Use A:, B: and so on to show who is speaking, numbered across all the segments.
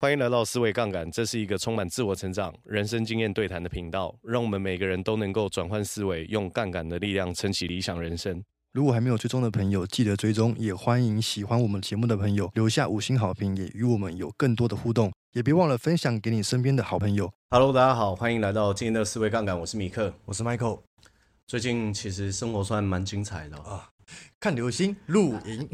A: 欢迎来到思维杠杆，这是一个充满自我成长、人生经验对谈的频道，让我们每个人都能够转换思维，用杠杆的力量撑起理想人生。
B: 如果还没有追踪的朋友，记得追踪，也欢迎喜欢我们节目的朋友留下五星好评，也与我们有更多的互动，也别忘了分享给你身边的好朋友。
A: Hello，大家好，欢迎来到今天的思维杠杆，我是米克。
B: 我是 Michael
A: 最近其实生活算蛮精彩的啊，
B: 啊，看流星露营，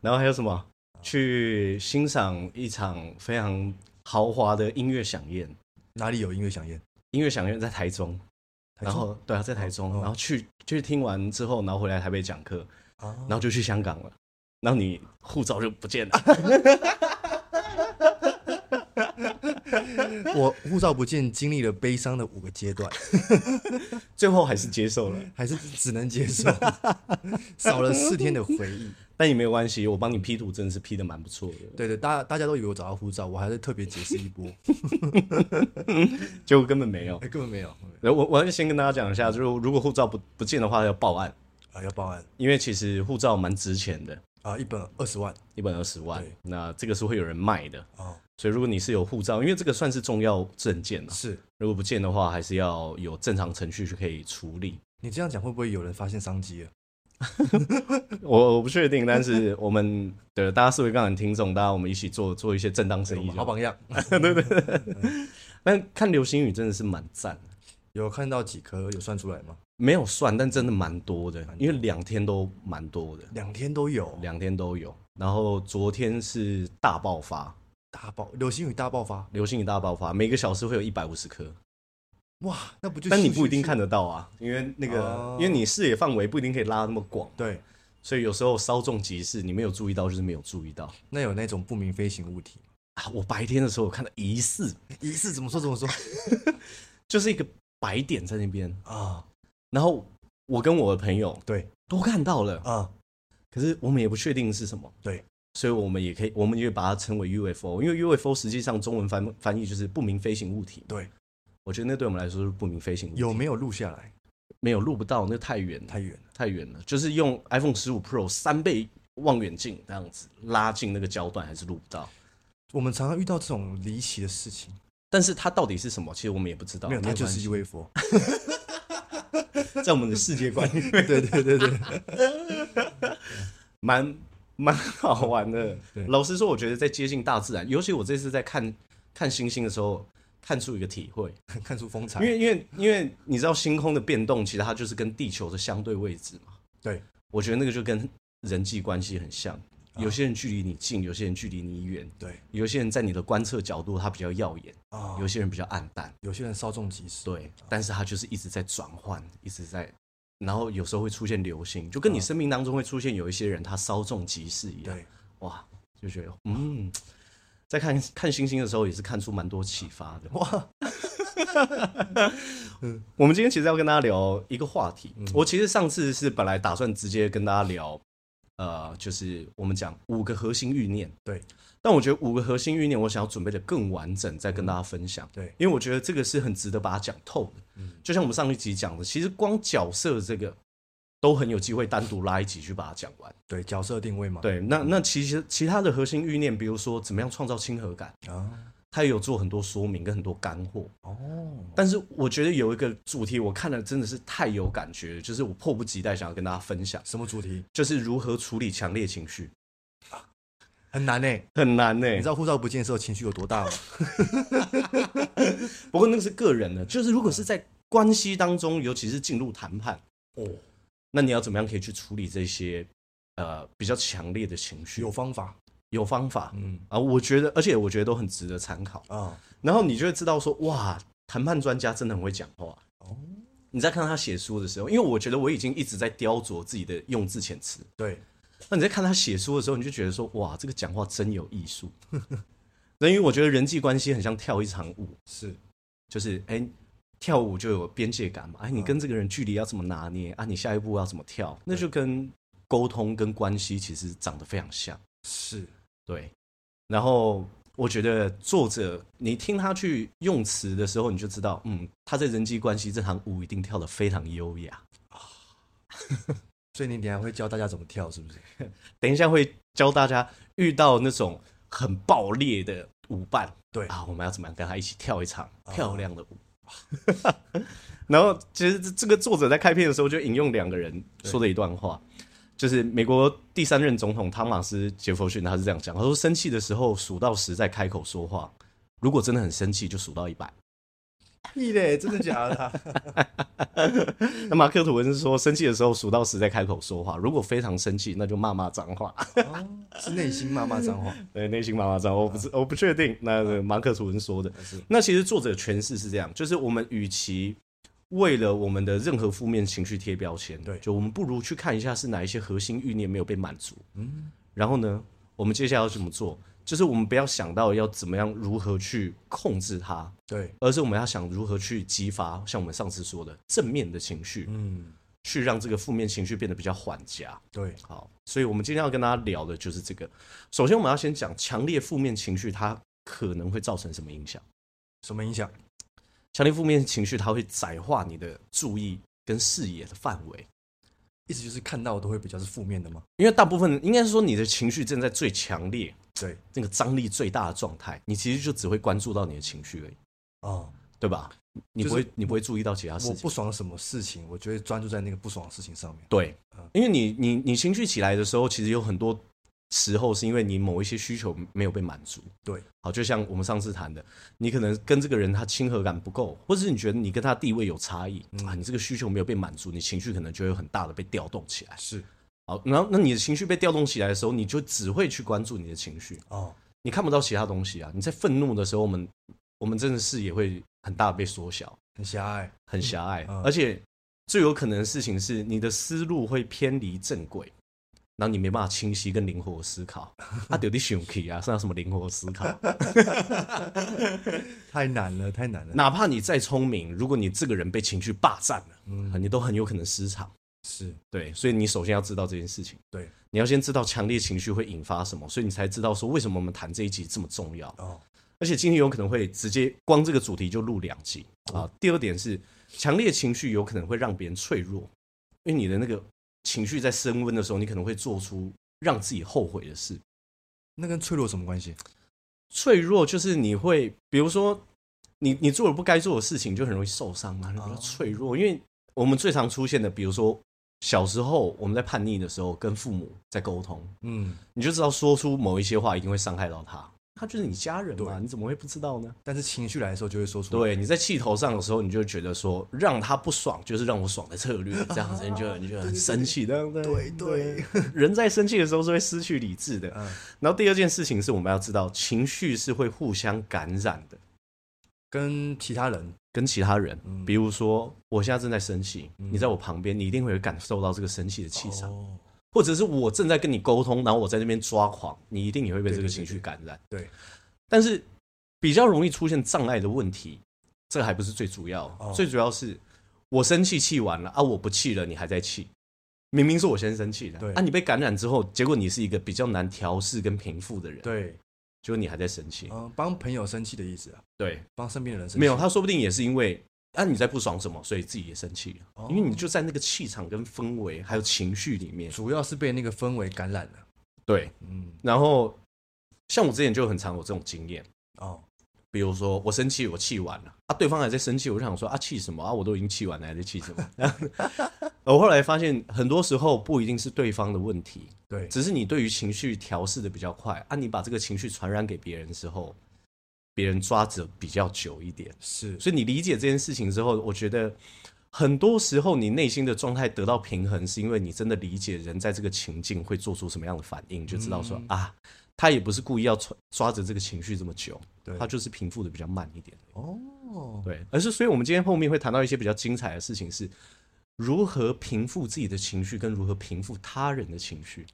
A: 然后还有什么？去欣赏一场非常豪华的音乐响宴，
B: 哪里有音乐响宴？
A: 音乐响宴在台中，
B: 台
A: 然
B: 中
A: 后对啊，在台中，
B: 哦
A: 然后去就是听完之后，然后回来台北讲课，
B: 啊，
A: 然后就去香港了，然后你护照就不见了。
B: 我护照不见，经历了悲伤的五个阶 段，
A: 最后还是接受了，
B: 还是只能接 受，少了四天的回忆。
A: 但也没有关系，我帮你 P 图真的是 P 的蛮不错的，
B: 对对，大大家都以为我找到护照，我还是特别解释一 波，
A: 结果根本没有。
B: 哎根本没 有，
A: 然后我我要先跟大家讲一下，就是如果护照不不见的话要报案，
B: 啊，要报案
A: 因为其实护照蛮值钱的，
B: 啊，一本二十万
A: 一本二十万
B: 对，
A: 那这个是会有人卖的。
B: 哦，
A: 所以如果你是有护照，因为这个算是重要证件嘛，
B: 是
A: 如果不见的话，还是要有正常程序去可以处理。
B: 你这样讲会不会有人发现商机了？
A: 我我不确定，但是我们的大家是会杠杆听众，大家我们一起做做一些正当生意就好。
B: 好榜样。
A: 但看流星雨真的是蛮赞的，
B: 有看到几颗有算出来吗？
A: 没有算，但真的蛮多的，因为两天都蛮多的，
B: 两天都有
A: 两天都有。然后昨天是大爆发，
B: 大爆流星雨大爆发，
A: 流星雨大爆发，每个小时会有一百五十颗，
B: 哇，那不就
A: 但你
B: 咻
A: 不一定
B: 咻咻
A: 看得到啊，因为那个，
B: 哦
A: 因为你视野范围不一定可以拉那么广，
B: 对，
A: 所以有时候稍纵即逝，你没有注意到就是没有注意到
B: 那有那种不明飞行物体吗，
A: 啊。我白天的时候我看到疑似，
B: 疑似怎么说怎么说
A: 就是一个白点在那边，
B: 啊？
A: 然后我跟我的朋友
B: 对
A: 都看到了，
B: 啊，
A: 可是我们也不确定是什么，
B: 对，
A: 所以我们也可以，我们也把它称为 UFO，因为 UFO 实际上中文翻翻译就是不明飞行物体。
B: 对，
A: 我觉得那对我们来说是不明飞行物体，
B: 有没有录下来？
A: 没有录不到，那太远了，
B: 太远了，
A: 太远了，就是用 iPhone 十五 Pro 三倍望远镜这样子拉近那个焦段，还是录不到。
B: 我们常常遇到这种离奇的事情，
A: 但是它到底是什么，其实我们也不知道。
B: 哦没有，它就
A: 关
B: 是
A: 系
B: UFO。
A: 在我们的世界 观里面
B: 对对对对，
A: 蛮蛮好玩的
B: 对。
A: 老实说，我觉得在接近大自然，尤其我这次在看看星星的时候，看出一个体会，
B: 看出风采
A: 因。为因为因为你知道星空的变动，其实它就是跟地球的相对位置嘛。
B: 对，
A: 我觉得那个就跟人际关系很像，有些人距离你近，有些人距离你远，
B: 对
A: 有些人在你的观测角度他比较耀眼，
B: 啊，
A: 有些人比较暗淡。
B: 有些人稍纵即逝。
A: 对，但是它就是一直在转换，一直在，然后有时候会出现流星，就跟你生命当中会出现有一些人他稍纵即逝一样。
B: 对，
A: 哇，就觉得嗯，在看看星星的时候也是看出蛮多启发的。
B: 哇，
A: 我们今天其实要跟大家聊一个话题，
B: 嗯
A: 我其实上次是本来打算直接跟大家聊，呃，就是我们讲五个核心欲念，
B: 对
A: 但我觉得五个核心欲念，我想要准备的更完整，再跟大家分享。
B: 嗯对嗯
A: 因为我觉得这个是很值得把它讲透的。就像我们上一集讲的，其实光角色这个都很有机会单独拉一集去把它讲完。
B: 对，角色定位嘛。
A: 对，那那其实其他的核心欲念，比如说怎么样创造亲和感，
B: 啊，
A: 它也有做很多说明跟很多干货。
B: 哦，
A: 但是我觉得有一个主题，我看了真的是太有感觉了，就是我迫不及待想要跟大家分享，
B: 什么主题
A: 就是如何处理强烈情绪，
B: 很难呢？
A: 很难呢、
B: 你知道护照不见的时候情绪有多大吗？
A: 不过那个是个人的，就是如果是在关系当中，尤其是进入谈判，
B: 哦，
A: 那你要怎么样可以去处理这些呃比较强烈的情绪？
B: 有方法。
A: 有方法
B: 嗯
A: 啊，我觉得，而且我觉得都很值得参考。
B: 啊，
A: 然后你就会知道说，哇，谈判专家真的很会讲话。
B: 哦，
A: 你在看他写书的时候，因为我觉得我已经一直在雕琢自己的用字遣词。
B: 对，
A: 那你在看他写书的时候，你就觉得说，哇，这个讲话真有艺术。 那因为我觉得人际关系很像跳一场舞，
B: 是
A: 就是哎、跳舞就有边界感嘛，哎，你跟这个人距离要怎么拿捏啊？你下一步要怎么跳？那就跟沟通跟关系其实长得非常像，
B: 是，
A: 对。然后我觉得作者，你听他去用词的时候，你就知道，嗯，他在人际关系这行舞一定跳得非常优雅。
B: 所以你等一下会教大家怎么跳，是不是？
A: 等一下会教大家遇到那种很爆裂的舞伴，
C: 对
A: 啊，我们要怎么样跟他一起跳一场漂亮的舞？ 然后其实这这个作者在开篇的时候就引用两个人说的一段话，就是美国第三任总统汤马斯·杰弗逊，他是这样讲，他说生气的时候数到十再开口说话，如果真的很生气就数到一百。
C: 屁嘞，真的假的 啊？
A: 那马克吐温是说生气的时候数到十再开口说话，如果非常生气那就骂骂脏话。
C: 哦是内心骂骂脏 话，
A: 对，内心妈妈章，我
C: 嗯
A: 不是、我不确定。那个马克吐温说的，那其实作者诠释是这样，就是我们与其为了我们的任何负面情绪贴标签，
C: 对
A: 就我们不如去看一下是哪一些核心欲念没有被满足。嗯，然后呢，我们接下来要怎么做？就是我们不要想到要怎么样如何去控制它，
C: 对，
A: 而是我们要想如何去激发，像我们上次说的正面的情绪，
C: 嗯，
A: 去让这个负面情绪变得比较缓夹。
C: 对，
A: 好，所以我们今天要跟大家聊的就是这个。首先，我们要先讲强烈负面情绪它可能会造成什么影响。
C: 什么影响？
A: 强烈负面情绪它会窄化你的注意跟视野的范围，
C: 意思就是看到的都会比较是负面的吗？
A: 因为大部分应该是说你的情绪正在最强烈、
C: 对，
A: 那个张力最大的状态，你其实就只会关注到你的情绪而已，
C: 哦，
A: 对吧？你
C: 就
A: 不
C: 是
A: 会，你不会注意到其他事
C: 我
A: 情。
C: 不爽什么事情，我就会专注在那个不爽的事情上面。
A: 对
C: 嗯，
A: 因为你你你情绪起来的时候，其实有很多时候是因为你某一些需求没有被满足。
C: 对，
A: 好，就像我们上次谈的，你可能跟这个人他亲和感不够，或者是你觉得你跟他地位有差异、
C: 嗯
A: 啊，你这个需求没有被满足，你情绪可能就会有很大的被调动起来。
C: 是，
A: 好，然后那你的情绪被调动起来的时候，你就只会去关注你的情绪，
C: 哦，
A: 你看不到其他东西啊。你在愤怒的时候，我们我们真的视野会很大的被缩小。
C: 很狭 隘。
A: 很狭隘，
C: 嗯
A: 而且最有可能的事情是你的思路会偏离正轨，然后你没办法清晰跟灵活思考。 啊，有点想起啊，剩下什么灵活思考？
C: 太难了，太难了。
A: 哪怕你再聪明，如果你这个人被情绪霸占了，
C: 嗯
A: 啊你都很有可能失常。
C: 是
A: 对，所以你首先要知道这件事情。
C: 对，
A: 你要先知道强烈情绪会引发什么，所以你才知道说为什么我们谈这一集这么重要。
C: 哦，
A: 而且今天有可能会直接光这个主题就录两集啊。第二点是，强烈情绪有可能会让别人脆弱，因为你的那个情绪在升温的时候，你可能会做出让自己后悔的事。
C: 那跟脆弱有什么关系？
A: 脆弱就是你会，比如说你你做了不该做的事情，就很容易受伤嘛，你比较脆弱。因为我们最常出现的，比如说小时候我们在叛逆的时候，跟父母在沟通，
C: 嗯，
A: 你就知道说出某一些话一定会伤害到他，他就是你家人嘛，
C: 对
A: 你怎么会不知道呢？
C: 但是情绪来的时候就会说出来。
A: 对，你在气头上的时候，你就觉得说让他不爽就是让我爽的策略，这样子你就你就很生气，这样子。
C: 对对，
A: 人在生气的时候是会失去理智的。
C: 嗯
A: 然后第二件事情是我们要知道，情绪是会互相感染的，
C: 跟其他人，嗯
A: 跟其他人，比如说我现在正在生气，你在我旁边，你一定会感受到这个生气的气场，
C: 哦，
A: 或者是我正在跟你沟通，然后我在那边抓狂，你一定也会被这
C: 对
A: 个
C: 对
A: 情绪
C: 对
A: 感染。
C: 对，
A: 但是比较容易出现障碍的问题，这还不是最主要，
C: 哦
A: 最主要是我生气气完了啊，我不气了，你还在气，明明是我先生气的，
C: 对
A: 啊，你被感染之后，结果你是一个比较难调试跟平复的人，，
C: 对，
A: 结果你还在生气，
C: 嗯，帮朋友生气的意思啊，
A: 对，
C: 帮身边的人生气。
A: 没有，他说不定也是因为。啊，你在不爽什么，所以自己也生气了，
C: 哦
A: 因为你就在那个气场、跟氛围还有情绪里面。
C: 主要是被那个氛围感染了。
A: 对，
C: 嗯，
A: 然后像我之前就很常有这种经验，
C: 哦，
A: 比如说我生气，我气完了啊，对方还在生气，我就想说啊，气什么啊？我都已经气完了，还在气什么？ 我后来发现，很多时候不一定是对方的问题，
C: 对，
A: 只是你对于情绪调试的比较快啊，你把这个情绪传染给别人之后，别人抓着比较久一点。
C: 是
A: 所以你理解这件事情之后，我觉得很多时候你内心的状态得到平衡，是因为你真的理解人在这个情境会做出什么样的反
C: 嗯
A: 应，就知道说、啊，他也不是故意要抓抓着这个情绪这么久
C: 对，
A: 他就是平复的比较慢一点。
C: 哦，
A: 对，而是所以我们今天后面会谈到一些比较精彩的事情是。如何平复自己的情绪，跟如何平复他人的情绪，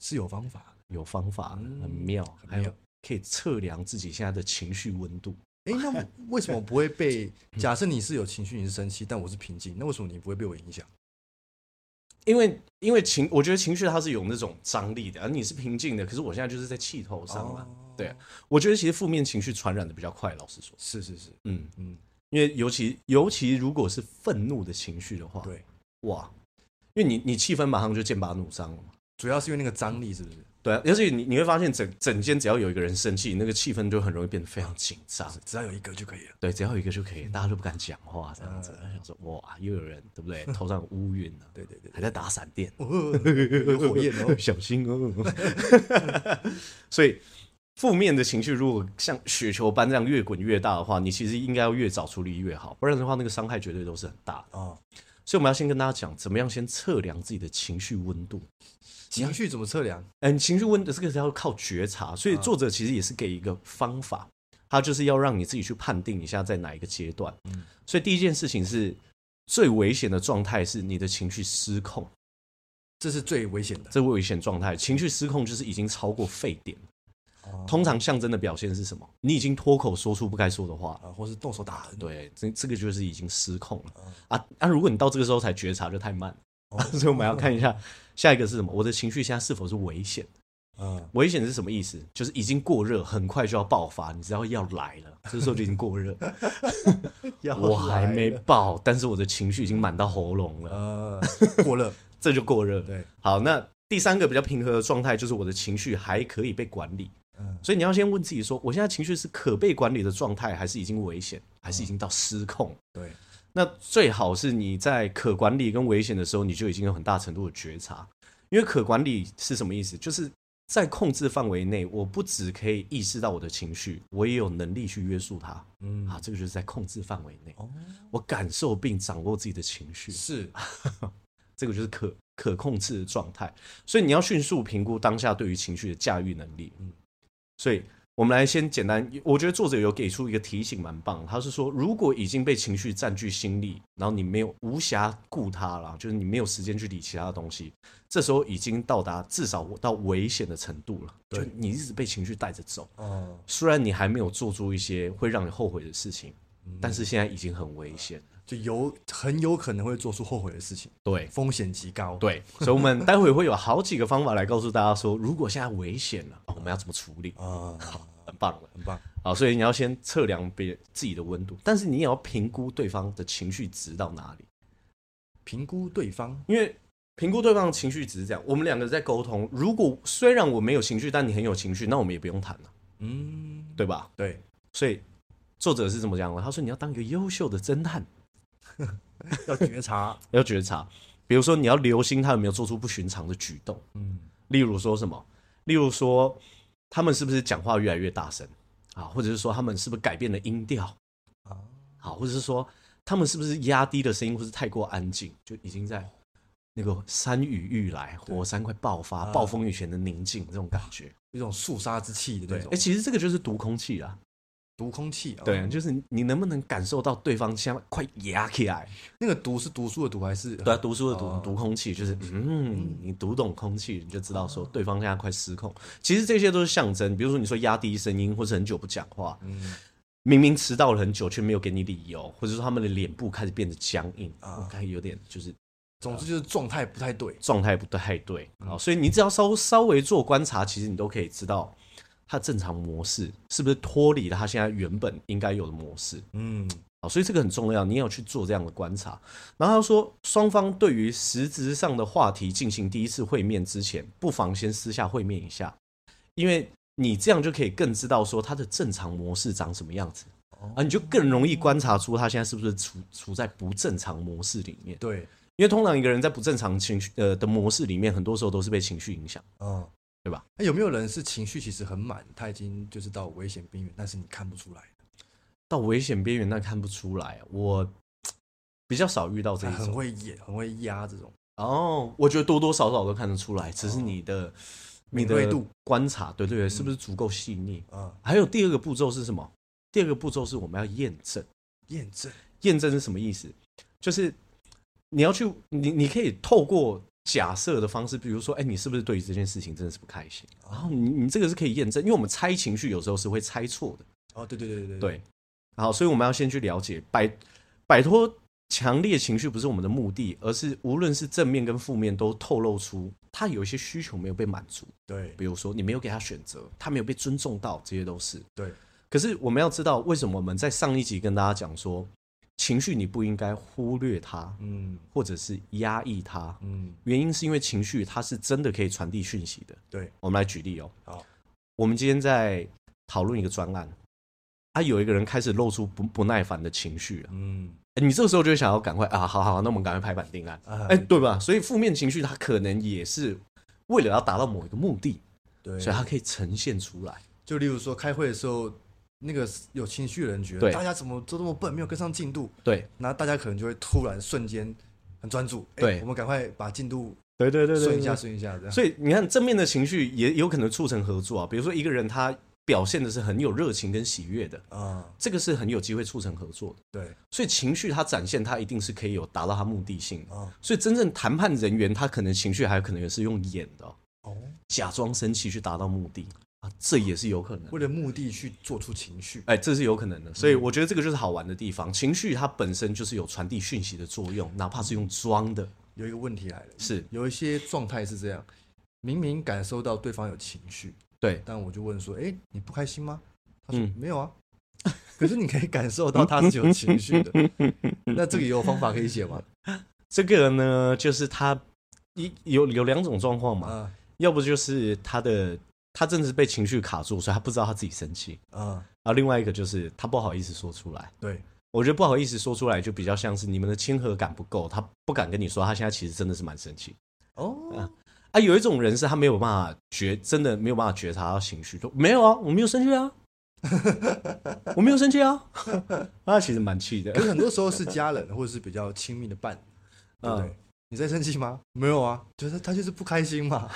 C: 是有方法的。
A: 有方法，
C: 嗯
A: 很妙，
C: 很
A: 还有
C: 妙
A: 可以测量自己现在的情绪温度。
C: 哎，那我为什么不会 被？假设你是有情绪，你是生气，但我是平静，那为什么你不会被我影响？
A: 因为因为情，我觉得情绪它是有那种张力的，而你是平静的，可是我现在就是在气头上了。
C: 哦
A: 对，啊我觉得其实负面情绪传染的比较快，老实说，
C: 是是是，
A: 嗯，
C: 嗯，
A: 因为尤其尤其如果是愤怒的情绪的话，，
C: 对，
A: 哇，因为你你气氛马上就剑拔弩张了嘛，
C: 主要是因为那个张力，是不是？
A: 对啊，而且你你会发现整整间只要有一个人生气，那个气氛就很容易变得非常紧张。
C: 只要有一个就可以了。
A: 对，只要有一个就可
C: 嗯
A: 以，大家就不敢讲话，这样子。想说哇，又有人对不对？头上有乌云呢、
C: 对对对，
A: 还在打闪电，，
C: 哦，有火焰哦
A: 小心嗯哦。 所以负面的情绪如果像雪球般这样越滚越大的话，你其实应该要越早处理越好，不然的话那个伤害绝对都是很大的。
C: 哦，
A: 所以我们要先跟大家讲，怎么样先测量自己的情绪温度。
C: 情绪怎么测量？
A: 嗯，你情绪温度这个是要靠觉察，所以作者其实也是给一个方法，他就是要让你自己去判定一下在哪一个阶段。
C: 嗯
A: 所以第一件事情是最危险的状态是你的情绪失控，
C: 这是最危险的。
A: 这危险状态，情绪失控就是已经超过沸点。
C: 哦
A: 通常象征的表现是什么？你已经脱口说出不该说的话，
C: 啊，或是动手打人，
A: 对，这这个就是已经失控了啊啊！如果你到这个时候才觉察，就太慢了。 所以我们要看一下下一个是什么？我的情绪现在是否是危险？
C: 嗯，
A: 危险是什么意思？就是已经过热，很快就要爆发，你知道要来了，这时候就已经过热，我还没爆，但是我的情绪已经满到喉咙了，
B: 嗯
C: 呃过热，
A: 这就过热。
C: 对，
A: 好，那第三个比较平和的状态就是我的情绪还可以被管理，
C: 嗯
A: 所以你要先问自己说，我现在情绪是可被管理的状态，还是已经危险，还是已经到失控？
C: 对，
A: 那最好是你在可管理跟危险的时候，你就已经有很大程度的觉察，因为可管理是什么意思？就是在控制范围内，我不只可以意识到我的情绪，我也有能力去约束它。
C: 嗯，
A: 啊，这个就是在控制范围内，
C: 哦，
A: 我感受并掌握自己的情绪，
C: 是，
A: 这个就是可可控制的状态。所以你要迅速评估当下对于情绪的驾驭能力。
C: 嗯
A: 所以我们来先简单，我觉得作者有给出一个提醒，蛮棒的。他是说，如果已经被情绪占据心力，然后你没有无暇顾它了，就是你没有时间去理其他的东西，这时候已经到达至少到危险的程度了。就
C: 对
A: 你一直被情绪带着走，
C: 哦，
A: 虽然你还没有做出一些会让你后悔的事情，但是现在已经很危险了。
C: 就有很有可能会做出后悔的事情，
A: 对，
C: 风险极高。，
A: 对，所以我们待会会有好几个方法来告诉大家说，如果现在危险了，我们要怎么处理？
C: 啊，
A: 很棒了，
C: 很棒，
A: 好，所以你要先测量别自己的温度，但是你也要评估对方的情绪值到哪里，
C: 评估对方，
A: 因为评估对方的情绪值是这样，我们两个在沟通，如果虽然我没有情绪，但你很有情绪，那我们也不用谈了，
C: 嗯，
A: 对吧？
C: 对，
A: 所以作者是这么讲的，他说你要当一个优秀的侦探，
C: 要觉 察，
A: 要觉察，比如说你要留心他有没有做出不寻常的举动，
C: 嗯，
A: 例如说什么？例如说，他们是不是讲话越来越大声啊？或者是说他们是不是改变了音调
C: 啊
A: 啊？或者是说他们是不是压低了声音，或是太过安静，就已经在那个山雨欲来，火山快爆发，暴风雨前的宁静这种感觉。
B: 啊
C: 一种肃杀之气的
A: 对
C: 那，种
A: 哎，，其实这个就是读空气啦。
C: 读空气
B: 哦
C: 啊，
A: 对，就是你能不能感受到对方现在快压起来？
C: 那个读是读书的读还是
A: 对啊，读书的读
C: 哦
A: 读空气，就是嗯，你读懂空气，你就知道说
C: 嗯
A: 对方现在快失控。其实这些都是象征，比如说你说压低声音，或是很久不讲话，
C: 嗯
A: 明明迟到了很久却没有给你理由，或者说他们的脸部开始变得僵硬，哦
C: 啊
A: 开始有点就是
C: 总之就是状态不太对，
A: 状态不太对
C: 嗯
A: 啊。所以你只要稍稍微做观察，其实你都可以知道他正常模式是不是脱离了他现在原本应该有的模式。
C: 嗯，
A: 啊，所以这个很重要，你也要去做这样的观察。然后他说，双方对于实质上的话题进行第一次会面之前，不妨先私下会面一下，因为你这样就可以更知道说他的正常模式长什么样子，啊，你就更容易观察出他现在是不是处处在不正常模式里面。
C: 对，
A: 因为通常一个人在不正常情绪呃的模式里面，很多时候都是被情绪影响。
C: 嗯，
A: 对吧？
C: 那有没有人是情绪其实很满，他已经就是到危险边缘，但是你看不出来，
A: 到危险边缘，但看不出来，我比较少遇到这
C: 他
A: 一种
C: 很。会演，很会压这种，
A: 哦，我觉得多多少少都看得出来，只是你的、你
C: 哦敏
A: 的
C: 锐度
A: 观察，对对对，是不是足够细腻？
C: 嗯，
A: 还有第二个步骤是什么？第二个步骤是我们要验证，
C: 验证，
A: 验证是什么意思？就是你要去，你你可以透过假设的方式，比如说，哎，你是不是对于这件事情真的是不开心？然后你你这个是可以验证，因为我们猜情绪有时候是会猜错的。
C: 哦，对对对对
A: 对，好，所以我们要先去了解摆摆脱强烈情绪不是我们的目的，而是无论是正面跟负面都透露出他有一些需求没有被满足，
C: 对
A: 比如说你没有给他选择，他没有被尊重到，这些都是。
C: 对，
A: 可是我们要知道，为什么我们在上一集跟大家讲说，情绪你不应该忽略它，
B: 嗯
A: 或者是压抑它。
B: 嗯，
A: 原因是因为情绪它是真的可以传递讯息的。
B: 对，
A: 我们来举例哦。
B: 好，
A: 我们今天在讨论一个专案，啊，有一个人开始露出不不耐烦的情绪了、
B: 嗯
A: 诶你这个时候就会想要赶快啊，好好，那我们赶快拍板定案，
B: 啊
A: 哎、对吧？所以负面情绪它可能也是为了要达到某一个目的，
B: 对，
A: 所以它可以呈现出来。
B: 就例如说开会的时候，那个有情绪的人觉得
A: 对
B: 大家怎么都这么笨，没有跟上进度，
A: 对，
B: 然后大家可能就会突然瞬间很专注，哎
A: 对
B: 我们赶快把进度
A: 对对对
B: 顺一下，顺一下这样。
A: 所以你看，正面的情绪也有可能促成合作啊。比如说，一个人他表现的是很有热情跟喜悦的，
B: 啊，
A: 这个是很有机会促成合作的。
B: 对
A: 所以情绪它展现，它一定是可以有达到它目的性的。
B: 啊，
A: 所以真正谈判人员，他可能情绪还有可能也是用演的哦、
B: 哦，
A: 假装生气去达到目的啊，这也是有可能的。
B: 为了目的去做出情绪，
A: 哎，这是有可能的，所以我觉得这个就是好玩的地方。情绪它本身就是有传递讯息的作用，哪怕是用装的，
B: 有一个问题来了，
A: 是
B: 有一些状态是这样，明明感受到对方有情绪，
A: 对，
B: 但我就问说，哎，你不开心吗？他说
A: 嗯
B: 没有啊。可是你可以感受到他是有情绪的， 那这个也有方法可以解吗？
A: 这个呢，就是它一有有两种状况嘛，
B: 啊
A: 要不就是他的他真的是被情绪卡住，所以他不知道他自己生气，
B: 啊，
A: 然后另外一个就是他不好意思说出来。
B: 对，
A: 我觉得不好意思说出来，就比较像是你们的亲和感不够，他不敢跟你说，他现在其实真的是蛮生气
B: 哦，
A: 啊。有一种人是他没有办法觉，真的没有办法觉察到情绪，就没有啊，我没有生气啊，我没有生气啊， 他其实蛮气的
B: 可。是很多时候是家人或者是比较亲密的伴，对不对？
A: 嗯
B: 你在生气吗？没有啊，就是他就是不开 心嘛。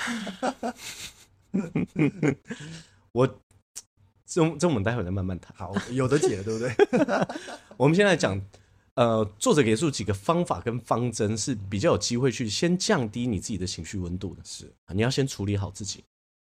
A: 我这种这种我们待会再慢慢谈。
B: 好，有的解，对不对？
A: 我们先来讲，呃，作者给出几个方法跟方针是比较有机会去先降低你自己的情绪温度的。
B: 是
A: 啊，你要先处理好自己，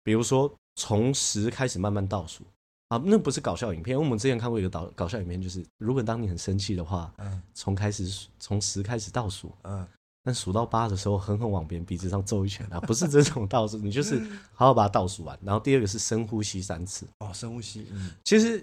A: 比如说从十开始慢慢倒数啊，那不是搞笑影片，因为我们之前看过一个搞搞笑影片，就是如果当你很生气的话，
B: 嗯
A: 从开始数从十开始倒数，
B: 嗯，
A: 但数到八的时候狠狠往别人鼻子上揍一拳啊，不是这种倒数，你就是
B: 嗯
A: 好好把它倒数完。然后第二个是深呼吸三次，
B: 哦，深呼吸，嗯，
A: 其实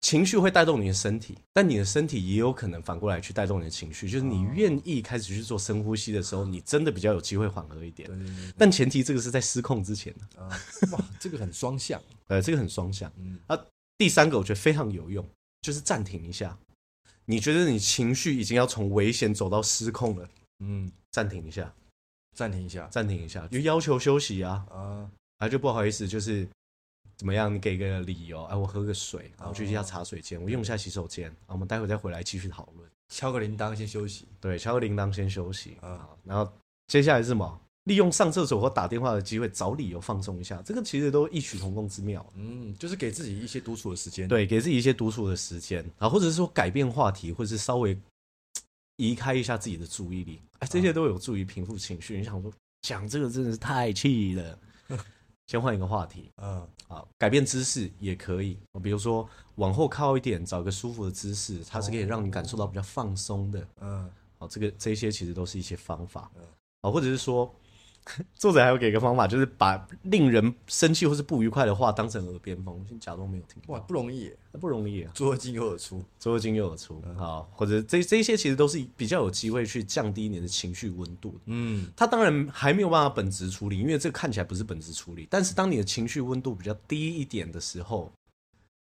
A: 情绪会带动你的身体，但你的身体也有可能反过来去带动你的情绪。就是
B: 哦
A: 你愿意开始去做深呼吸的时候，你真的比较有机会缓和一点
B: 对。对对
A: 但前提这个是在失控之前呢，
B: 啊，哇，这个很双向，
A: 呃，这个很双向。
B: 嗯
A: 啊，第三个我觉得非常有用，就是暂停一下。你觉得你情绪已经要从危险走到失控了，
B: 嗯，
A: 暂停一下，
B: 暂停一下
A: 暂停一下，就要求休息啊，
B: 啊，
A: 啊，就不好意思，就是怎么样，你给个理由，哎、我喝个水，啊我去一下茶水间，我用一下洗手间，啊，我们待会再回来继续讨论。
B: 敲个铃铛先休息
A: 对，敲个铃铛先休息，
B: 啊，
A: 然后接下来是什么？利用上厕所或打电话的机会找理由放松一下，这个其实都异曲同工之妙。
B: 嗯，就是给自己一些独处的时间，，
A: 对，给自己一些独处的时间啊，或者是说改变话题，或者是稍微嘖移开一下自己的注意力，哎，这些都有助于平复情绪。你想说讲这个真的是太气了，先换一个话题
B: 嗯
A: 啊，改变姿势也可以，啊比如说往后靠一点，找个舒服的姿势，它是可以让你感受到比较放松的。
B: 嗯，
A: 哦，这个这些其实都是一些方法
B: 嗯，
A: 哦，或者是说， 作者还有给一个方法，就是把令人生气或是不愉快的话当成耳边风，先假装没有听
B: 哇，
A: 到，
B: 不容易耶，
A: 那不容易啊，
B: 左耳进右耳出，
A: 左右进右耳出
B: 嗯
A: 啊、好或者这这些其实都是比较有机会去降低你的情绪温度的。
B: 嗯，
A: 它当然还没有办法本质处理，因为这看起来不是本质处理。但是当你的情绪温度比较低一点的时候，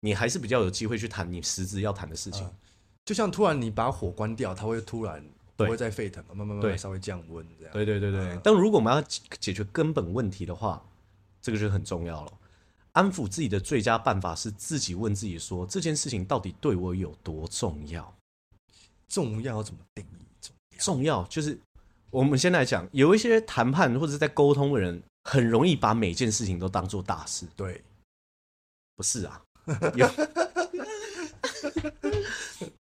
A: 你还是比较有机会去谈你实质要谈的事情。
B: 啊就像突然你把火关掉，它会突然不
A: 对
B: 会再沸腾，慢慢慢慢
A: 对
B: 稍微降温这样，
A: 对对对对。但如果我们要解解决根本问题的话，这个就很重要了。安抚自己的最佳办法是自己问自己说：这件事情到底对我有多重要？
B: 重要要怎么定义？重
A: 重要就是我们先来讲，有一些谈判或者是在沟通的人，很容易把每件事情都当做大事，
B: 对，
A: 不是啊？ 有，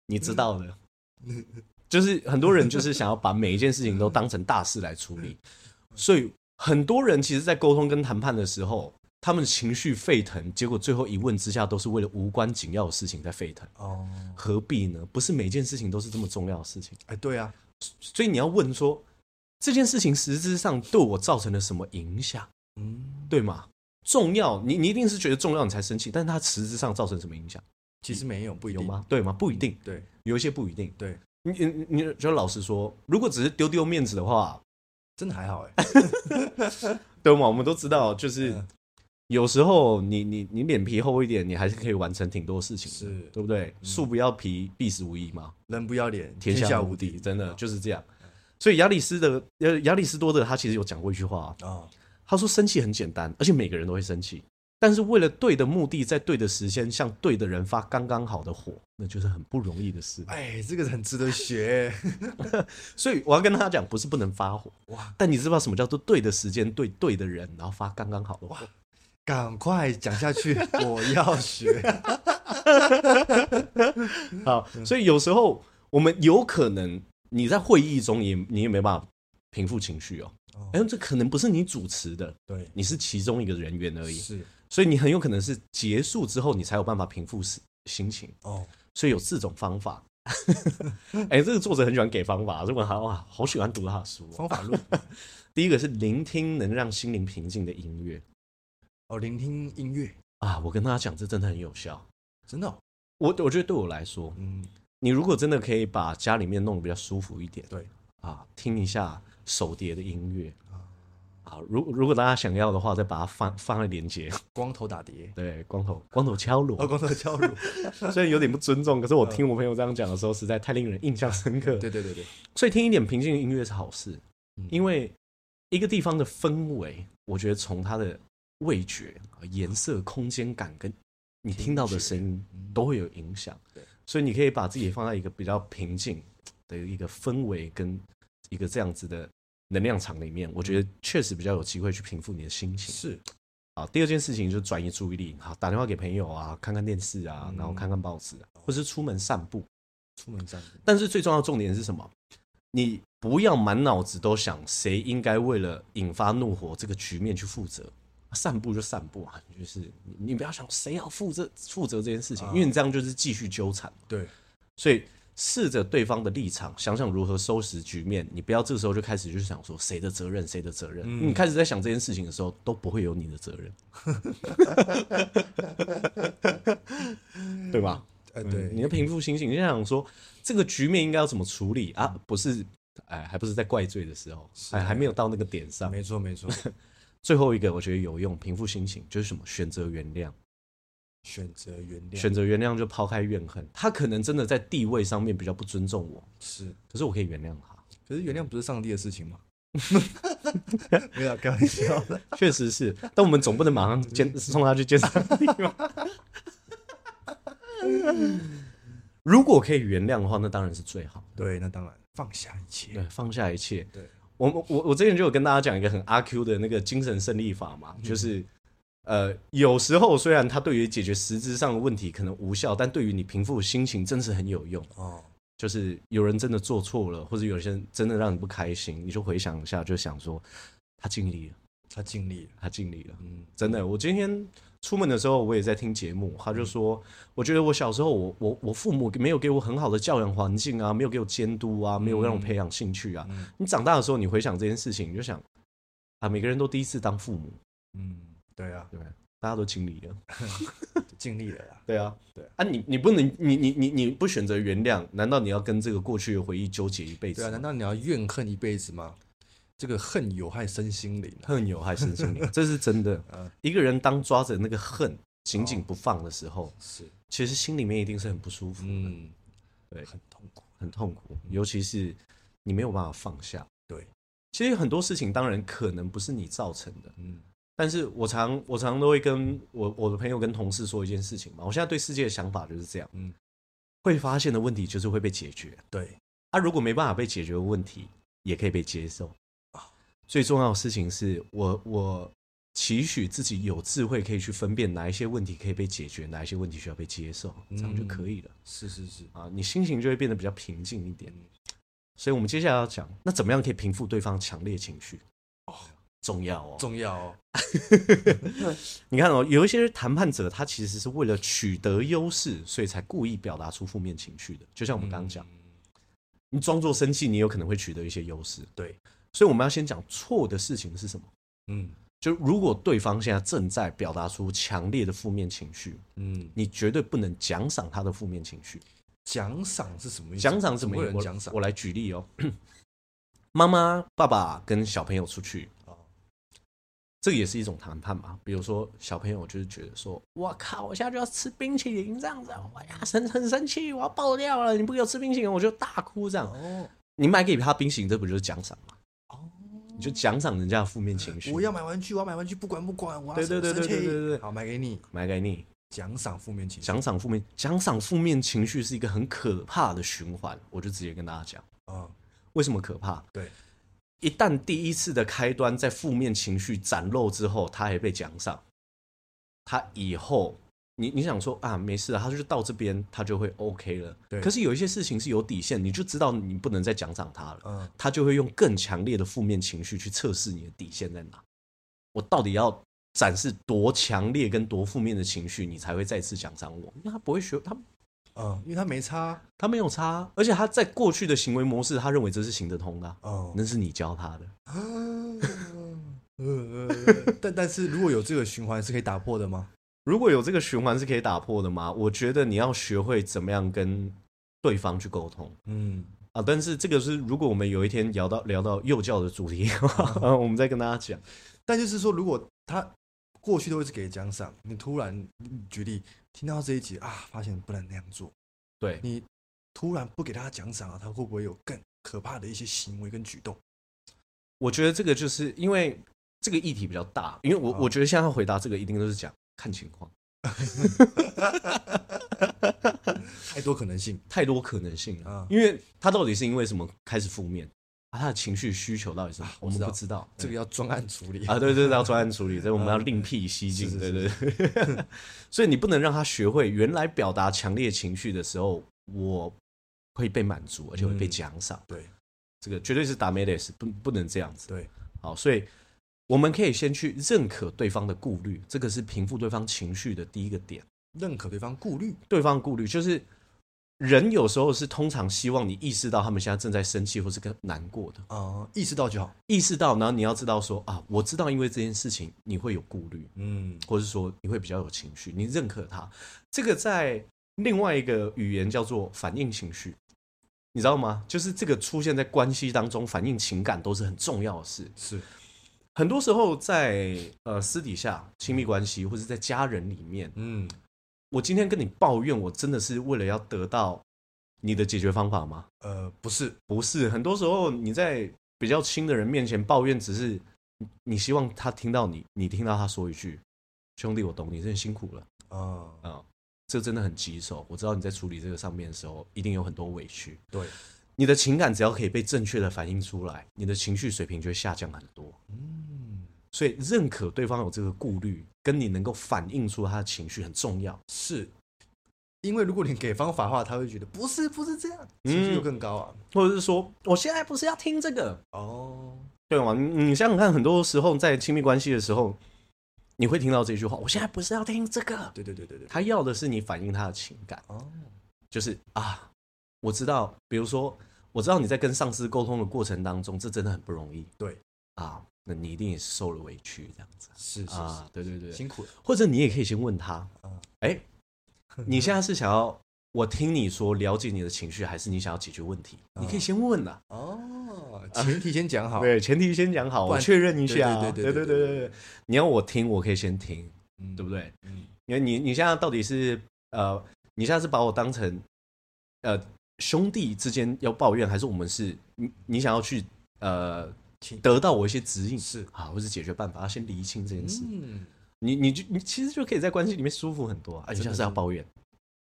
A: 你知道的，就是很多人就是想要把每一件事情都当成大事来处理，所以很多人其实，在沟通跟谈判的时候，他们情绪沸腾，结果最后一问之下，都是为了无关紧要的事情在沸腾，
B: 哦，
A: 何必呢？不是每件事情都是这么重要的事情。
B: 哎，对啊，
A: 所以你要问说这件事情实质上对我造成了什么影响，
B: 嗯，
A: 对吗？重要，你你一定是觉得重要你才生气，但是它实质上造成什么影响
B: 其实没有，不一定
A: 有？吗？对吗？不一定，
B: 对
A: 有一些不一定。
B: 对，
A: 你你你就老实说，如果只是丢丢面子的话，
B: 真的还好 哎、
A: 对吗？我们都知道，就是
B: 嗯
A: 有时候你你你脸皮厚一点，你还是可以完成挺多事情的，
B: 是
A: 对不对？树不要皮，必死无疑嘛，
B: 人不要脸，
A: 天
B: 天
A: 下
B: 下
A: 无
B: 无
A: 敌，
B: 敌，嗯
A: 真的就是这样。所以亚里士的呃亚里士多德他其实有讲过一句话，
B: 啊、
A: 他说生气很简单，而且每个人都会生气，但是为了对的目的，在对的时间向对的人发刚刚好的火，那就是很不容易的事。
B: 哎，这个很值得学、
A: 所以我要跟大家讲，不是不能发火哇
B: 哇，
A: 但你知不知道什么叫做对的时间对对的人，然后发刚刚好的火？
B: 赶快讲 下去，我要学。啊
A: 好，所以有时候我们有可能你在会议中也你也没办法平复情绪哦。
B: 哦
A: 哎、这可能不是你主持的，
B: 对，
A: 你是其中一个人员而已，
B: 是
A: 所以你很有可能是结束之后你才有办法平复心心情。
B: 哦，
A: 所以有四种方 法。哎、这个作者很喜欢给方法，这我好哇，好喜欢读他的书哦、
B: 方法论
A: 第一个是聆听能让心灵平静的音乐
B: 哦，聆听音乐，
A: 啊，我跟大家讲，这真的很有效。
B: 真的、哦，
A: 我我觉得对我来说，
B: 嗯，
A: 你如果真的可以把家里面弄得比较舒服一点，
B: 对
A: 啊，听一下手碟的音乐啊，如如果大家想要的话，再把它放放在连接，
B: 光头打碟，
A: 对，光头光头敲锣嗯
B: 哦，，光头 敲锣，
A: 虽然有点不尊重，可是我听我朋友这样讲的时候，实在太令人印象深刻。
B: 对对对对，
A: 所以听一点平静的音乐是好事，
B: 嗯
A: 因为一个地方的氛围，我觉得从它的味觉、呃颜色、空间感跟你听到的声音都会有影响
B: 嗯对。
A: 所以你可以把自己放在一个比较平静的一个氛围跟一个这样子的能量场里面，我觉得确实比较有机会去平复你的心情。
B: 嗯是
A: 啊，第二件事情就是转移注意力，好打电话给朋友啊，看看电视啊，
B: 嗯
A: 然后看看报纸啊，或是出门散步。
B: 出门散步，
A: 但是最重要的重点是什么？你不要满脑子都想谁应该为了引发怒火这个局面去负责。散步就散步啊，就是你你不要想谁要负责负责这件事情，因为你这样就是继续纠缠。
B: 对，
A: 所以试着对方的立场，想想如何收拾局面。你不要这时候就开始就想说谁的责任，谁的责任。你开始在想这件事情的时候，都不会有你的责任， 对吧？
B: 哎、
A: 对，嗯你
B: 对，
A: 要平复心情，你就想说这个局面应该要怎么处理啊？不是，哎，还不是在怪罪的时候，哎，还没有到那个点上。
B: 啊没错没错，
A: 最后一个我觉得有用，平复心情就是什么？选择原谅，
B: 选择原 谅，
A: 选择原谅就抛开怨恨。他可能真的在地位上面比较不尊重我，
B: 是，
A: 可是我可以原谅他。
B: 可是原谅不是上帝的事情 吗？ 没有，啊开玩笑的，
A: 确实是，但我们总不能马上监送他去监察地吧？ 如果可以原谅的话，那当然是最好。
B: 对，那当然，放下一切，
A: 对，放下一切。
B: 对，
A: 我们我我之前就有跟大家讲一个很阿 Q 的那个精神胜利法嘛，就是呃，有时候虽然它对于解决实质上的问题可能无效，但对于你平复心情真是很有用。
B: 哦，
A: 就是有人真的做错了，或者有些人真的让你不开心，你就回想一下，就想说他尽力了，
B: 他尽力了，
A: 他尽力了。
B: 嗯，
A: 真的，我今天出门的时候，我也在听节目，他就说，我觉得我小时候我，我我父母没有给我很好的教养环境啊，没有给我监督啊，没有让我培养兴趣啊。
B: 嗯
A: 你长大的时候，你回想这件事情，你就想啊，每个人都第一次当父母，
B: 嗯，对啊，
A: 对不对？大家都经历了，
B: 尽力了啦，
A: 对啊，对啊，你你不能，你你你你不选择原谅，难道你要跟这个过去的回忆纠结一辈子
B: 对
A: 吗？
B: 啊，难道你要怨恨一辈子吗？这个恨有害身心灵啊，
A: 恨有害身 心灵，这是真的。
B: 嗯
A: 一个人当抓着那个恨紧紧不放的时候，
B: 是，
A: 其实心里面一定是很不舒服的。
B: 嗯，
A: 对
B: 很痛苦，
A: 很痛苦，尤其是你没有办法放下。
B: 对，
A: 其实很多事情当然可能不是你造成的，
B: 嗯，
A: 但是我常我常都会跟我我的朋友跟同事说一件事情嘛，我现在对世界的想法就是这样，嗯
B: 嗯，
A: 会发现的问题就是会被解决，
B: 对，
A: 啊，如果没办法被解决的问题，也可以被接受。最重要的事情是我我期许自己有智慧可以去分辨哪一些问题可以被解决，哪一些问题需要被接受，这样就可以了。
B: 是是是，
A: 啊，你心情就会变得比较平静一点
B: 嗯。
A: 所以，我们接下来要讲，那怎么样可以平复对方强烈情绪？哦，重要哦。
B: 重要哦，
A: 你看哦，有一些谈判者，他其实是为了取得优势，所以才故意表达出负面情绪的。就像我们刚
B: 嗯
A: 刚讲，你装作生气，你有可能会取得一些优势。
B: 对，
A: 所以我们要先讲错的事情是什么。
B: 嗯
A: 就如果对方现在正在表达出强烈的负面情绪，
B: 嗯，
A: 你绝对不能奖赏他的负面情绪。
B: 奖赏是什么意思？
A: 奖赏怎么
B: 会有
A: 样？
B: 人
A: 我
B: 奖赏
A: 我？来举例哦。 妈妈、爸爸跟小朋友出去啊
B: 哦
A: 这个也是一种谈判吧。比如说，小朋友就是觉得说：“我靠，我现在就要吃冰淇淋这样子，我呀很很生气，我要爆掉了！你不给我吃冰淇淋，我就大哭。”这样，
B: 哦
A: 你买给他冰淇淋，这不就是奖赏吗？
B: 哦，
A: 你就奖赏人家的负面情绪。
B: 我要买玩具，我要买玩具，不管不管，我要
A: 对对对
B: 生气
A: 对对对对
B: 好买给你，
A: 买给你，
B: 奖赏负面情绪
A: 奖赏负面，奖赏负面情绪是一个很可怕的循环。我就直接跟大家讲，
B: 啊，
A: 为什么可怕？
B: 对，
A: 一旦第一次的开端在负面情绪展露之后，他还被奖赏，他以后你你想说啊，没事啊，他就到这边，他就会 OK 了。
B: 对
A: 可是有一些事情是有底线，你就知道你不能再奖赏他了，
B: 嗯
A: 他就会用更强烈的负面情绪去测试你的底线在哪。我到底要展示多强烈跟多负面的情绪，你才会再次奖赏我？因为他不会学，他
B: 嗯，因为他没差，
A: 他没有差啊，而且他在过去的行为模式，他认为这是行得通的啊、
B: 嗯，
A: 那是你教他的。
B: 呃，但但是如果有这个循环是可以打破的吗？
A: 如果有这个循环是可以打破的吗？我觉得你要学会怎么样跟对方去沟通
B: 嗯，
A: 啊。但是这个是，如果我们有一天聊到聊到幼教的主题 的话，我们再跟大家讲。
B: 但就是说，如果他过去都会是给奖赏，你突然嗯举例听到这一集啊，发现不能那样做，
A: 对，
B: 你突然不给他奖赏啊，他会不会有更可怕的一些行为跟举动？
A: 我觉得这个就是因为这个议题比较大，因为我、
B: 啊
A: 我觉得现在要回答这个一定都是讲看情况，
B: 太多可能性
A: 太多可能性了。
B: 啊
A: 因为他到底是因为什么开始负面？啊、他的情绪需求到底是什么？我
B: 知
A: 们
B: 道
A: 不知道。
B: 这个要专案处理
A: 啊，对对，对要专案处理，这我们要另辟蹊径，
B: 嗯是是
A: 对对对。 所以你不能让他学会原来表达强烈情绪的时候，我会被满足，而且会被
B: 嗯
A: 奖赏。
B: 对
A: 这个绝对是达梅德斯，不不能这样子。
B: 对，
A: 好，所以我们可以先去认可对方的顾虑，这个是平复对方情绪的第一个点。
B: 认可对方顾虑，
A: 对方顾虑就是人有时候是通常希望你意识到他们现在正在生气或是跟难过的，
B: 啊，意识到就好。
A: 意识到，然后你要知道说啊，我知道因为这件事情你会有顾虑，
B: 嗯，
A: 或是说你会比较有情绪，你认可它。这个在另外一个语言叫做反应情绪，你知道吗？就是这个出现在关系当中，反应情感都是很重要的事。
B: 是
A: 很多时候在呃私底下亲密关系，或是在家人里面，
B: 嗯，
A: 我今天跟你抱怨，我真的是为了要得到你的解决方法吗？
B: 呃，不是，
A: 不是，很多时候你在比较亲的人面前抱怨，只是你你希望他听到你，你听到他说一句：“兄弟，我懂你，真的辛苦了。”
B: 啊，
A: 啊、这真的很棘手。我知道你在处理这个上面的时候，一定有很多委屈。
B: 对，
A: 你的情感只要可以被正确的反映出来，你的情绪水平就会下降很多。
B: 嗯，
A: 所以，认可对方有这个顾虑，跟你能够反映出他的情绪很重要。
B: 是。因为如果你给方法的话，他会觉得不是不是这样，情绪
A: 嗯
B: 又更高啊。
A: 或者是说，我现在不是要听这个，
B: 哦，
A: 对吗？你你想想看，很多时候在亲密关系的时候，你会听到这句话：“我现在不是要听这个。
B: 对对对对对”，
A: 他要的是你反映他的情感。
B: 哦，
A: 就是啊，我知道，比如说，我知道你在跟上司沟通的过程当中，这真的很不容易。
B: 对
A: 啊，那你一定也是受了委屈，这样子
B: 是是是，
A: 啊，对对对。
B: 辛苦了。
A: 或者你也可以先问他
B: 嗯，
A: 哎、你现在是想要我听你说了解你的情绪，还是你想要解决问题？你可以先问啊。
B: 哦，前提先嗯讲好。
A: 对，前提先讲好，
B: 不
A: 我
B: 然
A: 确认一下啊。
B: 对
A: 对
B: 对对对对
A: 对
B: 对
A: 对对你要我听，我可以先听，
B: 嗯，
A: 对不对？
B: 嗯
A: 因为你你现在到底是呃，你现在是把我当成呃兄弟之间要抱怨，还是我们是你你想要去呃
B: 请
A: 得到我一些指引
B: 是
A: 啊，或是解决办法，要先厘清这件事。
B: 嗯，
A: 你你就你其实就可以在关系里面舒服很多啊。啊你
B: 真的
A: 现在是要抱怨，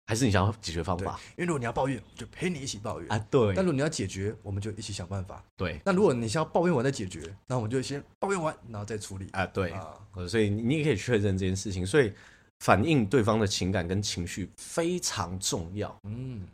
A: 还是你想要解决方
B: 对
A: 法，
B: 因为如果你要抱怨，我就陪你一起抱怨
A: 啊？
B: 但
A: 对
B: 如果你要解决，我们就一起想办法。
A: 对
B: 那如果你先要抱怨完再解决，那我们就先抱怨完，然后再处理。
A: 啊对
B: 啊，
A: 呃所以你你也可以确认这件事情，所以反映对方的情感跟情绪非常重要。
B: 嗯，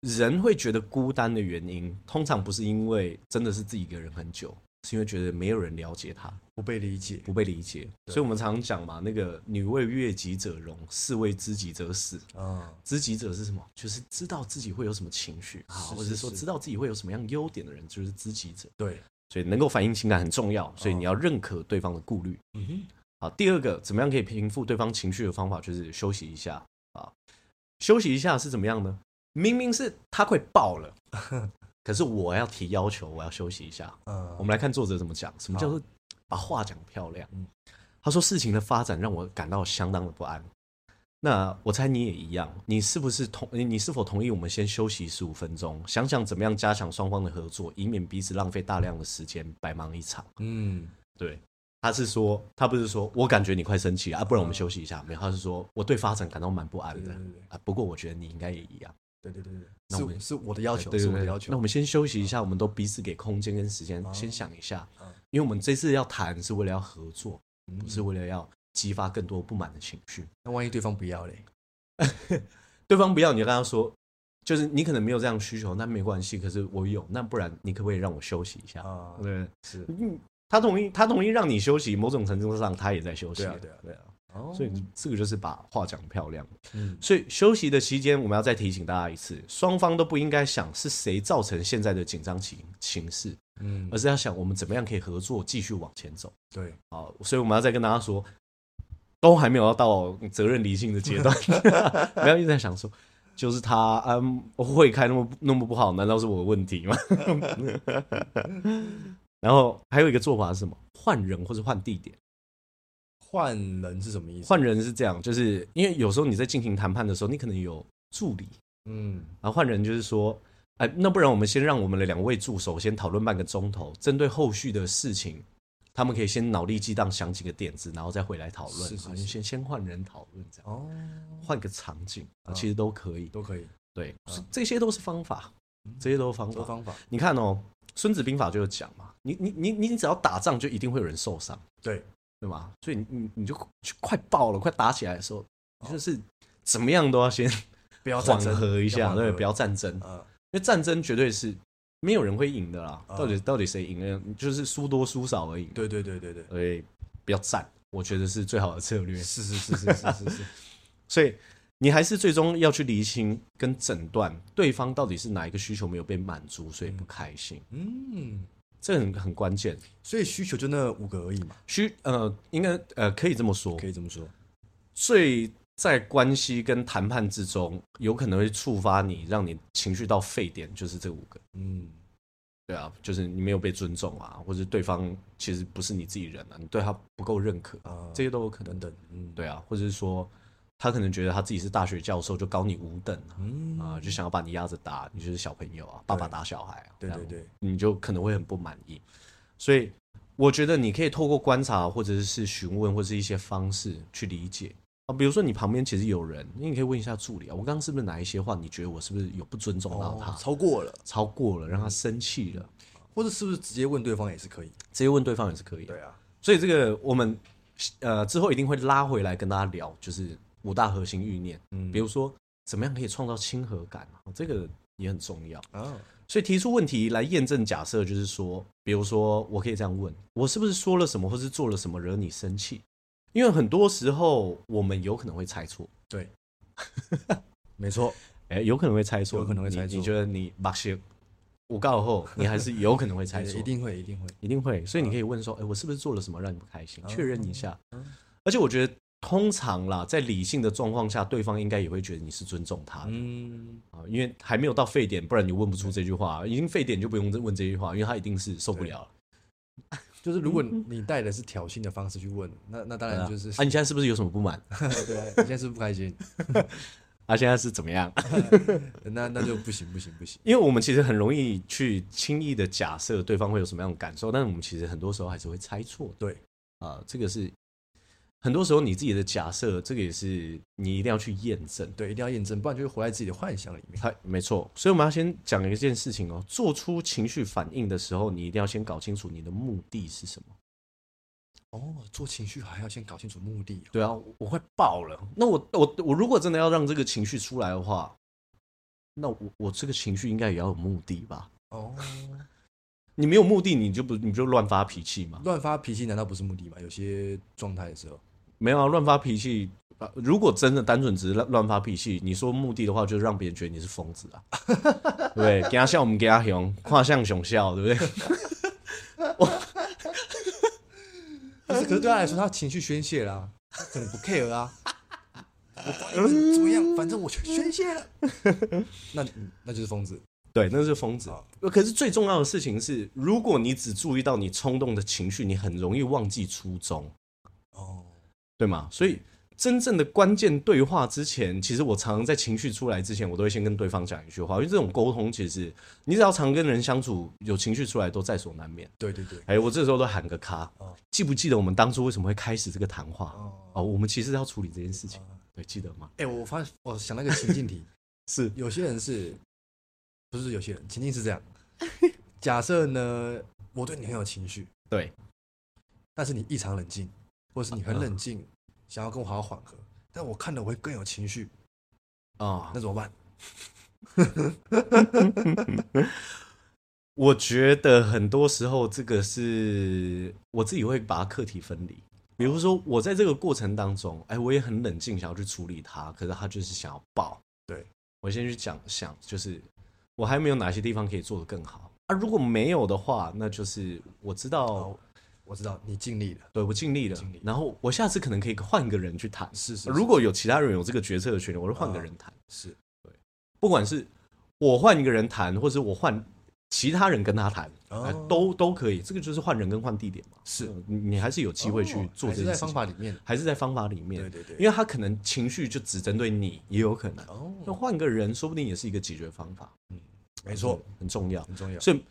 A: 人会觉得孤单的原因，通常不是因为真的是自己一个人很久，是因为觉得没有人了解他，
B: 不被理解。
A: 不被理解。所以我们常讲嘛，那个“女为悦己者容，士为知己者死”。
B: 啊，
A: 知己者是什么？就是知道自己会有什么情绪啊，
B: 是
A: 或者
B: 是
A: 是说
B: 是
A: 知道自己会有什么样优点的人，就是知己者。
B: 对，
A: 所以能够反映情感很重要，
B: 哦
A: 所以你要认可对方的顾虑。
B: 嗯哼，
A: 好，第二个怎么样可以平复对方情绪的方法，就是休息一下啊。休息一下是怎么样呢？明明是他快爆了， 可是我要提要求，我要休息一下。
B: 呃，
A: 我们来看作者怎么讲，什么叫做把话讲漂亮？他说事情的发展让我感到相当的不安。那我猜你也一样，你是不是同你你是否同意我们先休息十五分钟，想想怎么样加强双方的合作，以免彼此浪费大量的时间，白忙一场？
B: 嗯，
A: 对，他是说他不是说我感觉你快生气
B: 嗯
A: 了啊，不然我们休息一下。没有，他是说我对发展感到蛮不安的
B: 对对对对
A: 啊。不过我觉得你应该也一样。
B: 对对对
A: 那我
B: 对，
A: 们
B: 是是我的要求，
A: 对
B: 是
A: 对
B: 我的
A: 对，
B: 要求。
A: 那我们先休息一下，我们都彼此给空间跟时间，
B: 哦
A: 先想一下
B: 嗯，
A: 因为我们这次要谈是为了要合作，
B: 嗯
A: 不是为了要激发更多不满的情绪。
B: 那万一对方不要嘞？
A: 对方不要，你就跟他说，就是你可能没有这样的需求，那没关系，可是我有，那不然你可不可以让我休息一下？
B: 啊，
A: 对，
B: 是，
A: 嗯，他同意，他同意让你休息，某种程度上他也在休息。
B: 对啊，对啊，对啊。哦，
A: 所以这个就是把话讲漂亮。
B: 嗯
A: 所以休息的期间，我们要再提醒大家一次，双方都不应该想是谁造成现在的紧张情情势，
B: 嗯
A: 而，是要想我们怎么样可以合作，继续往前走。
B: 对，
A: 好，所以我们要再跟大家说，都还没有到责任理性的阶段，不要一直在想说，就是他嗯会开那么那么不好，难道是我的问题吗？然后还有一个做法是什么？换人或者换地点。
B: 换人是什么意思？
A: 换人是这样，就是因为有时候你在进行谈判的时候，你可能有助理，
B: 嗯，
A: 然后换人就是说，哎，那不然我们先让我们的两位助手先讨论半个钟头，针对后续的事情，他们可以先脑力激荡想几个点子，然后再回来讨论，
B: 是是
A: 好就是先先换人讨论这样，
B: 哦，
A: 换个场景，啊、其实都可以，
B: 都可以，
A: 对，
B: 哦
A: 是这些都是方法，
B: 嗯
A: 这些都是方
B: 多
A: 法。
B: 方法。
A: 你看哦，《孙子兵法》就有讲嘛，你你你你只要打仗，就一定会有人受伤。
B: 对，
A: 对吧？所以你你你就就快爆了，快打起来的时候，你就是怎么样都要先
B: 不哦要
A: 缓
B: 战争
A: 和一下，对，不要
B: 要
A: 战争，
B: 呃，
A: 因为战争绝对是没有人会赢的啦。
B: 啊
A: 到底到底谁赢了，就是输多输少而已。，
B: 对对对对对，
A: 所以不要战，我觉得是最好的策略。
B: 是是是是是是是，
A: 所以你还是最终要去厘清跟诊断对方到底是哪一个需求没有被满足，所以不开心，
B: 嗯，
A: 这很很关键。
B: 所以需求就那五个而已嘛，
A: 需呃，应该呃，可以这么说，
B: 可以这么说。
A: 最在关系跟谈判之中，有可能会触发你，让你情绪到沸点，就是这五个。
B: 嗯，
A: 对啊，就是你没有被尊重啊，或者对方其实不是你自己人啊，你对他不够认可啊，
B: 啊，
A: 这些都有可能
B: 等。等，嗯，
A: 对啊，或者是说他可能觉得他自己是大学教授，就高你五等啊，
B: 嗯
A: 啊就想要把你压着打，你就是小朋友啊，爸爸打小孩啊，
B: 对
A: 这
B: 对
A: 样
B: 对，
A: 你就可能会很不满意。所以我觉得你可以透过观察，或者是询问，或是一些方式去理解啊。比如说你旁边其实有人，你可以问一下助理啊，我刚刚是不是哪一些话，你觉得我是不是有不尊重到他，
B: 哦，嗯超过了，
A: 超过了，让他生气了？
B: 或者是不是直接问对方也是可以？
A: 直接问对方也是可以的
B: 对。啊，
A: 所以这个我们呃之后一定会拉回来跟大家聊，就是五大核心欲念，
B: 嗯
A: 比如说怎么样可以创造亲和感，哦这个也很重要。
B: 啊，
A: 所以提出问题来验证假设，就是说，比如说，我可以这样问：我是不是说了什么，或是做了什么惹你生气？因为很多时候我们有可能会猜错，
B: 对，没错，
A: 哎、有可能会猜错，
B: 有可能会猜错
A: 你你觉得你把些我告后，你还是有可能会猜
B: 对
A: 错，
B: 哎一定会一定会，
A: 一定会。所以你可以问说：哎、我是不是做了什么让你不开心？确认一下
B: 嗯。
A: 而且我觉得，通常啦，在理性的状况下，对方应该也会觉得你是尊重他的。
B: 嗯，
A: 啊，因为还没有到沸点，不然你问不出这句话。啊已经沸点就不用问这句话，因为他一定是受不了了。
B: 就是如果你带的是挑衅的方式去问，那那当
A: 对
B: 然
A: 啊
B: 就是
A: 啊，你现在是不是有什么不 满？
B: 对啊，你现在是不开心，
A: 啊，现在是怎么样？
B: 那那就不行不行不行，
A: 因为我们其实很容易去轻易的假设对方会有什么样的感受，但是我们其实很多时候还是会猜错的
B: 对，
A: 啊、这个是很多时候你自己的假设，这个也是你一定要去验证。
B: 对，一定要验证，不然就会活在自己的幻想里面。
A: 他没错，所以我们要先讲一件事情哦，做出情绪反应的时候，你一定要先搞清楚你的目的是什么。
B: 哦，做情绪还要先搞清楚目的哦、
A: 对啊，我快爆了。那我我我如果真的要让这个情绪出来的话，那我我这个情绪应该也要有目的吧？
B: 哦，
A: 你没有目的，你就不你就乱发脾气嘛？
B: 乱发脾气难道不是目的吗？有些状态的时候，
A: 没有啊，乱发脾气。呃如果真的单纯只是乱乱发脾气，你说目的的话，就是让别人觉得你是疯子啊， 对不对？给他笑，我们给他熊，跨向熊笑，对不对？
B: 可是可是对他来说，他情绪宣泄啦，他可能不 care 啊，我管你们怎么样，反正我就宣泄了。那那就是疯子。
A: 对，那是疯子
B: 好。
A: 可是最重要的事情是，如果你只注意到你冲动的情绪，你很容易忘记初衷，
B: 哦，
A: 对吗？所以真正的关键对话之前，其实我常常在情绪出来之前，我都会先跟对方讲一句话，因为这种沟通其实你只要常跟人相处，有情绪出来都在所难免。
B: 对对对，
A: 哎、我这时候都喊个卡
B: 哦，
A: 记不记得我们当初为什么会开始这个谈话？
B: 哦，
A: 哦，我们其实要处理这件事情，对，记得吗？
B: 哎、我发现我想那个情境题，
A: 是，
B: 有些人是，不是有些人情境是 这样，假设呢，我对你很有情绪，
A: 对，
B: 但是你异常冷静，或是你
A: 啊
B: 很冷静，想要跟我好好缓和，但我看了我会更有情绪，
A: 啊、
B: 那怎么办？
A: 我觉得很多时候这个是我自己会把它课题分离。比如说，我在这个过程当中，哎，我也很冷静，想要去处理它，可是他就是想要爆。
B: 对
A: 我先去讲想，就是我还没有哪些地方可以做得更好啊。如果没有的话，那就是我知道
B: 好，哦我知道你尽力了，
A: 对我尽力了，
B: 尽力
A: 然后我下次可能可以换个人去谈。
B: 是是是
A: 如果有其他人有这个决策的权利，我就换个人谈。
B: 是
A: 不管是我换一个人谈，或是我换其他人跟他谈，
B: 哦
A: 呃都都可以。这个就是换人跟换地点嘛。
B: 是
A: 呃你你还是有机会去
B: 哦
A: 做
B: 还
A: 这
B: 是
A: 件
B: 在
A: 事
B: 方
A: 情，
B: 法里面，
A: 还是在方法里面。
B: 对对对
A: 因为他可能情绪就只针对你，也有可能。那
B: 哦，
A: 换个人，说不定也是一个解决方法。
B: 没错，
A: 嗯，很重要。
B: 很重要，
A: 所以，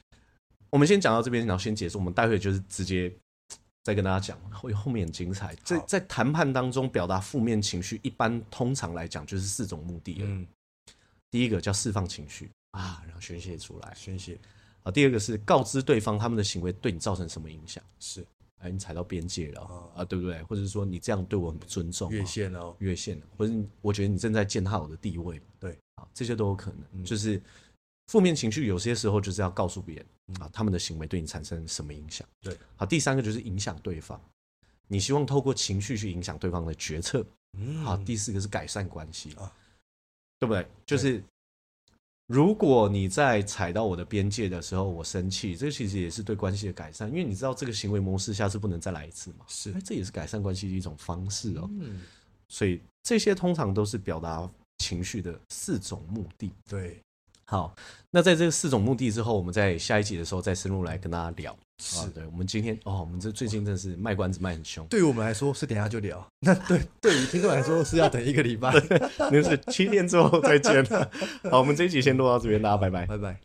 A: 我们先讲到这边，然后先结束。我们待会就是直接再跟大家讲，后后面很精彩。在
B: 好
A: 在谈判当中，表达负面情绪，一般通常来讲就是四种目的了。
B: 嗯，
A: 第一个叫释放情绪啊，然后宣泄出来
B: 宣泄
A: 啊。第二个是告知对方他们的行为对你造成什么影响，
B: 是
A: 哎，你踩到边界了、
B: 哦
A: 啊，对不对？或者说你这样对我很不尊重、
B: 越
A: 啊，
B: 线哦，
A: 越线了，或者你我觉得你正在践踏我的地位，
B: 对，
A: 啊，这些都有可能。
B: 嗯
A: 就是负面情绪有些时候就是要告诉别人
B: 嗯
A: 啊，他们的行为对你产生什么影响。
B: 对，
A: 好，第三个就是影响对方，你希望透过情绪去影响对方的决策。
B: 嗯
A: 好，第四个是改善关系，
B: 啊
A: 对不对？就是如果你在踩到我的边界的时候，我生气，这其实也是对关系的改善，因为你知道这个行为模式下次不能再来一次嘛。
B: 是
A: 哎，这也是改善关系的一种方式哦。
B: 嗯，
A: 所以这些通常都是表达情绪的四种目的。
B: 对，
A: 好，那在这四种目的之后，我们在下一集的时候再深入来跟大家聊。啊
B: 是，
A: 对，我们今天哦，我们这最近真的是卖关子卖很凶，
B: 对于我们来说是等一下就聊，那对对于听众来说是要等一个礼拜，
A: 那是七天之后再见。好，我们这一集先录到这边，大家拜拜。
B: 拜拜。